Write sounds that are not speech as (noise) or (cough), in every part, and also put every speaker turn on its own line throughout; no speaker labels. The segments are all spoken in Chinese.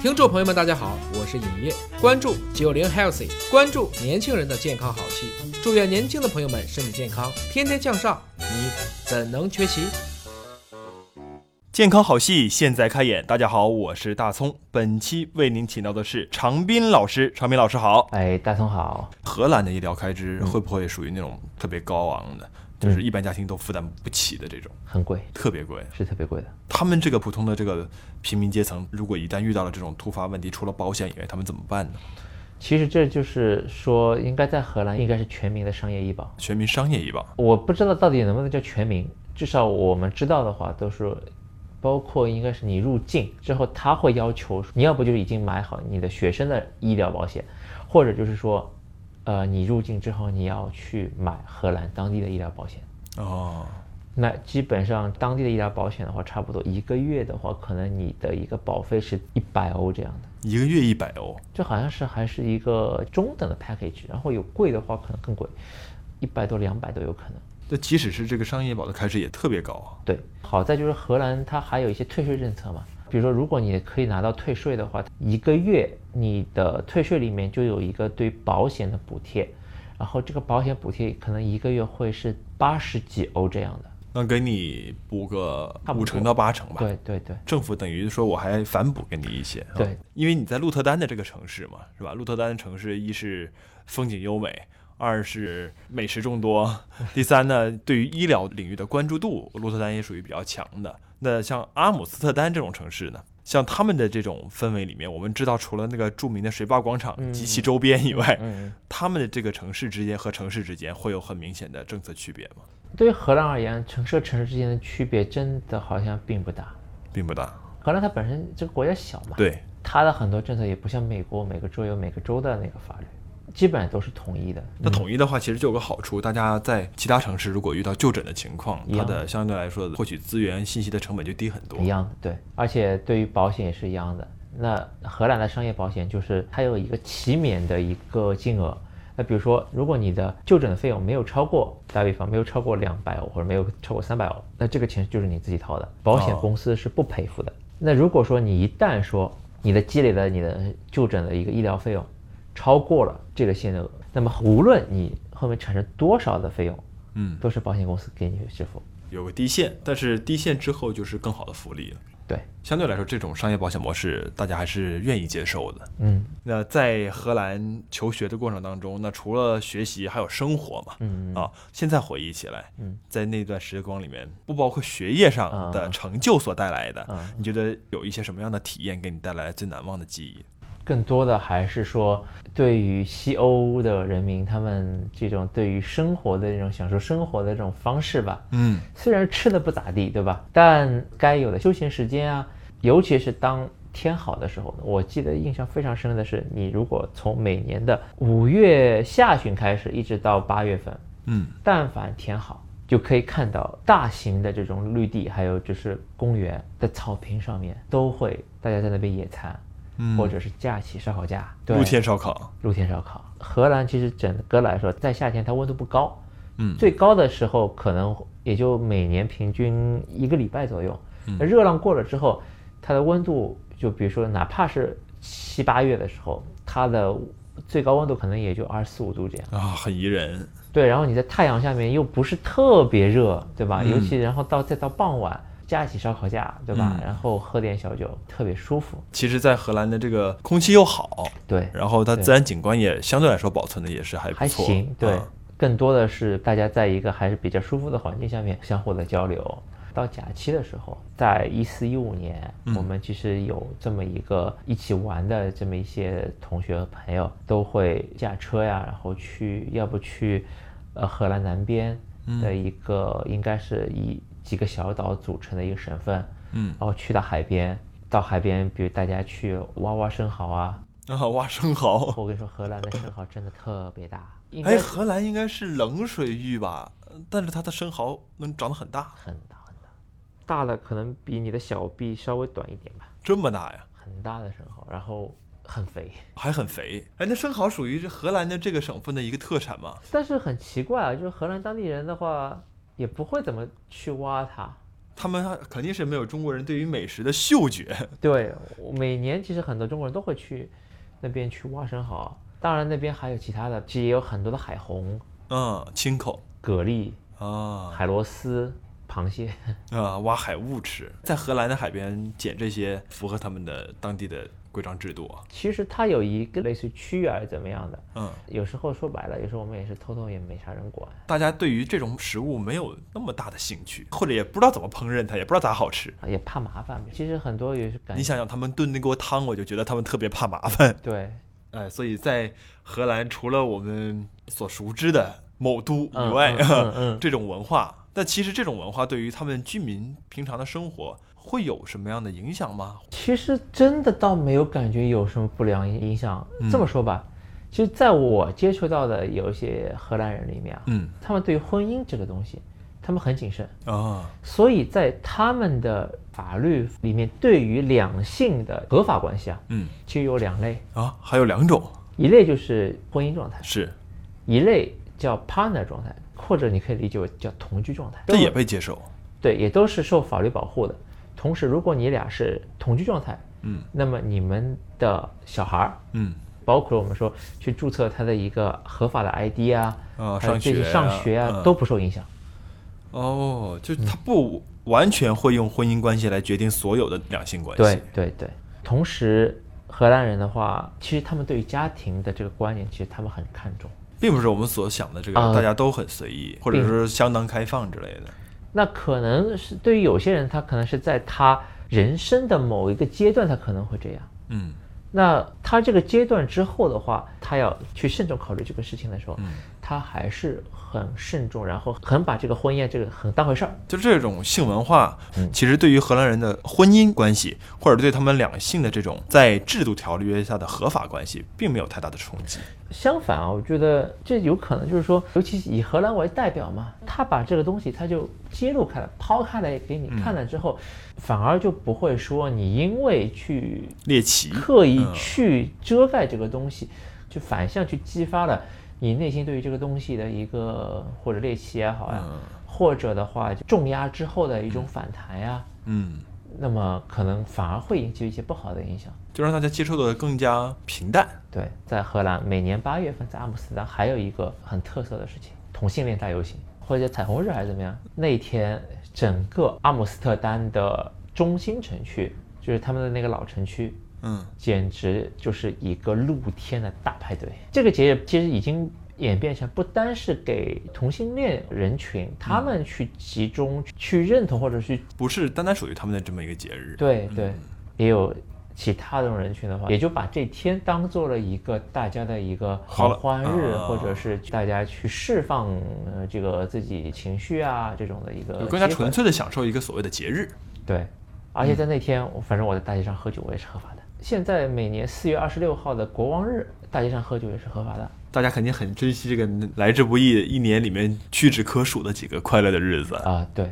听众朋友们，大家好，我是尹烨，关注九零 healthy，关注年轻人的健康好戏，祝愿年轻的朋友们身体健康，天天向上，你怎能缺席？
健康好戏现在开演，大家好，我是大葱。本期为您请到的是常斌老师，常斌老师好。嗯
哎，大同好，
荷兰的医疗开支会不会属于那种特别高昂的，就是一般家庭都负担不起的这种，
很贵，
特别贵？
是特别贵的。
他们这个普通的这个平民阶层，如果一旦遇到了这种突发问题，除了保险以外，他们怎么办呢？
其实这就是说，应该在荷兰应该是全民的商业医保。
全民商业医保，
我不知道到底能不能叫全民，至少我们知道的话都是，包括应该是你入境之后，他会要求你要不就是已经买好你的学生的医疗保险，或者就是说，呃，你入境之后你要去买荷兰当地的医疗保险。
哦，
那基本上当地的医疗保险的话，差不多一个月的话，可能你的一个保费是一百欧这样的。
一个月一百欧，
这好像是还是一个中等的 package，然后有贵的话可能更贵，一百多两百都有可能。
那即使是这个商业医保的开支也特别高啊。
对，好在就是荷兰它还有一些退税政策嘛，比如说如果你可以拿到退税的话，一个月你的退税里面就有一个对保险的补贴，然后这个保险补贴可能一个月会是八十几欧这样的。
那给你补个
差不多
五成到八成吧。
对对对
政府等于说我还反补给你一些，啊
对，
因为你在鹿特丹的这个城市嘛，是吧？鹿特丹的城市一是风景优美，二是美食众多，第三呢，对于医疗领域的关注度，鹿特丹也属于比较强的。那像阿姆斯特丹这种城市呢？像他们的这种氛围里面，我们知道，除了那个著名的水坝广场及其周边以外，
嗯，
他们的这个城市之间和城市之间会有很明显的政策区别吗？
对于荷兰而言，城市和城市之间的区别真的好像并不大。
并不大。
荷兰它本身这个国家小嘛，
对，
它的很多政策也不像美国，每个州有每个州的那个法律，基本上都是统一的。
那统一的话，其实就有个好处，大家在其他城市如果遇到就诊的情况，
一
它
样
的相对来说获取资源、信息的成本就低很多
一。样的，对，而且对于保险也是一样的。那荷兰的商业保险就是它有一个起免的一个金额。那比如说，如果你的就诊的费用没有超过，打比方没有超过两百欧或者没有超过三百欧，那这个钱就是你自己掏的，保险
哦
公司是不赔付的。那如果说你一旦说你的积累的你的就诊的一个医疗费用超过了这个限额，那么无论你后面产生多少的费用，
嗯，
都是保险公司给你支付。
有个低线，但是低线之后就是更好的福利了。
对，
相对来说，这种商业保险模式大家还是愿意接受的。
嗯
那在荷兰求学的过程当中，那除了学习还有生活嘛，
嗯
啊，现在回忆起来，
嗯
在那段时光里面，不包括学业上的
啊
成就所带来的，
啊
你觉得有一些什么样的体验给你带来最难忘的记忆？
更多的还是说，对于西欧的人民，他们这种对于生活的这种享受生活的这种方式吧，
嗯，
虽然吃的不咋地，对吧？但该有的休闲时间啊，尤其是当天好的时候，我记得印象非常深的是，你如果从每年的五月下旬开始，一直到八月份，
嗯，
但凡天好，就可以看到大型的这种绿地，还有就是公园的草坪上面，都会大家在那边野餐，
嗯
或者是架起烧烤架，对
露天烧烤，
露天烧烤。荷兰其实整个来说，在夏天它温度不高，
嗯
最高的时候可能也就每年平均一个礼拜左右。
嗯
那热浪过了之后，它的温度就比如说哪怕是七八月的时候，它的最高温度可能也就二十四五度这样。
啊，很宜人。
对，然后你在太阳下面又不是特别热，对吧？尤其然后到再到傍晚。架起烧烤架，对吧？然后喝点小酒，特别舒服。
其实，在荷兰的这个空气又好，
对，
然后它
对
自然景观也相对来说保存的也是还不
还
错，
行，对
啊，
更多的是大家在一个还是比较舒服的环境下面相互的交流。到假期的时候，在一四一五年，
嗯
我们其实有这么一个一起玩的这么一些同学和朋友，都会驾车呀，然后去，要不去，呃，荷兰南边
嗯
的一个，应该是以几个小岛组成的一个省份，
嗯
然后去到海边，到海边，比如大家去挖挖生蚝啊，
啊，挖生蚝。
我跟你说，荷兰的生蚝真的特别大，应
哎，
该
荷兰应该是冷水域吧？但是它的生蚝能长得很大，
很大很大，大的可能比你的小臂稍微短一点吧，
这么大呀，
很大的生蚝，然后很肥。
还很肥。哎，那生蚝属于这荷兰的这个省份的一个特产吗？
但是很奇怪啊，就是荷兰当地人的话也不会怎么去挖它，
他们肯定是没有中国人对于美食的嗅觉。
对，我每年其实很多中国人都会去那边去挖生蚝，啊当然那边还有其他的，其实也有很多的海虹、
嗯，清口
蛤蜊、
啊
海螺丝、螃蟹。 (laughs)
啊，挖海物吃，在荷兰的海边捡这些，符合他们的当地的规章制度啊。
其实它有一个类似于区域还是怎么样的，
嗯，
有时候说白了，有时候我们也是偷偷也没啥人管。
大家对于这种食物没有那么大的兴趣，或者也不知道怎么烹饪它，也不知道咋好吃。
啊也怕麻烦。其实很多也是感
你想想，他们炖那锅汤，我就觉得他们特别怕麻烦。 (laughs)
对，
哎，所以在荷兰，除了我们所熟知的某都以
嗯
外， (laughs)
嗯嗯嗯
这种文化，但其实这种文化对于他们居民平常的生活会有什么样的影响吗？
其实真的倒没有感觉有什么不良影响。
嗯
这么说吧，其实在我接触到的有一些荷兰人里面啊，
嗯
他们对于婚姻这个东西，他们很谨慎，
啊，
所以在他们的法律里面，对于两性的合法关系啊，
嗯
其实有两类，
啊，还有两种
一类就是婚姻状态，
是，
一类叫 partner 状态，或者你可以理解为叫同居状态。
这也被接受。
对，也都是受法律保护的。同时，如果你俩是同居状态，
嗯
那么你们的小孩儿，
嗯
包括我们说去注册他的一个合法的 ID 啊，
啊，
还
上
有这
学
些上学啊，
嗯
都不受影响。
哦，就他不完全会用婚姻关系来决定所有的两性关系。
对对对。同时，荷兰人的话，其实他们对于家庭的这个观念，其实他们很看重。
并不是我们所想的这个，
啊
大家都很随意，或者说相当开放之类的。
那可能是对于有些人，他可能是在他人生的某一个阶段，他可能会这样。
嗯
那他这个阶段之后的话，他要去慎重考虑这个事情的时候，
嗯，
他还是很慎重，然后很把这个婚宴这个很当回事儿。
就这种性文化
嗯，
其实对于荷兰人的婚姻关系，或者对他们两性的这种在制度条约下的合法关系，并没有太大的冲击。
相反啊，我觉得这有可能就是说，尤其以荷兰为代表嘛，他把这个东西他就揭露开来、抛开来给你看了之后，反而就不会说你因为去
猎奇，
刻意去遮盖这个东西，就反向去激发了你内心对于这个东西的一个或者猎奇也好呀、啊
嗯
或者的话就重压之后的一种反弹呀、
嗯，
那么可能反而会引起一些不好的影响。
就让大家接受的更加平淡。
对，在荷兰每年八月份在阿姆斯特丹还有一个很特色的事情——同性恋大游行，或者叫彩虹日还是怎么样。那一天，整个阿姆斯特丹的中心城区，就是他们的那个老城区，
嗯，
简直就是一个露天的大派对。这个节日其实已经演变成不单是给同性恋人群他们去集中去认同或者去
不是单单属于他们的这么一个节日。
对对，也有其他这种人群的话，也就把这天当做了一个大家的一个
好
狂
了
欢日，
啊
或者是大家去释放呃这个自己情绪啊这种的一个
就更加
机会
纯粹的享受一个所谓的节日。
对，而且在那天，我反正我在大街上喝酒，我也是合法的。现在每年四月二十六号的国王日，大街上喝酒也是合法的。
大家肯定很珍惜这个来之不易、一年里面屈指可数的几个快乐的日子。
啊，对，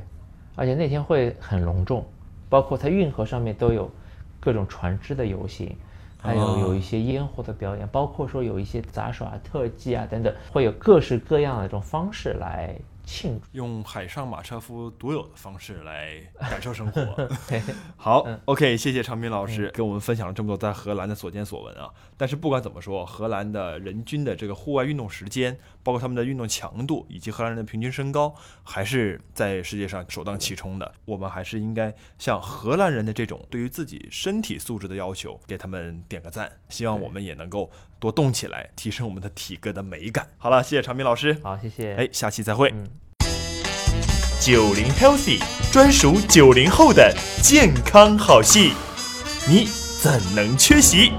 而且那天会很隆重，包括它运河上面都有各种船只的游行，还有有一些烟火的表演，包括说有一些杂耍、特技啊等等，会有各式各样的这种方式来庆祝。
用海上马车夫独有的方式来感受生 (laughs) 活。
嘿嘿
好、o k 谢谢长斌老师给我们分享了这么多在荷兰的所见所闻啊。但是不管怎么说，荷兰的人均的这个户外运动时间，包括他们的运动强度，以及荷兰人的平均身高，还是在世界上首当其冲的。我们还是应该向荷兰人的这种对于自己身体素质的要求，给他们点个赞。希望我们也能够多动起来，提升我们的体格的美感。好了，谢谢长斌老师。
好，谢谢。
哎，下期再会。
嗯。
九零 healthy 专属九零后的健康好戏，你怎能缺席？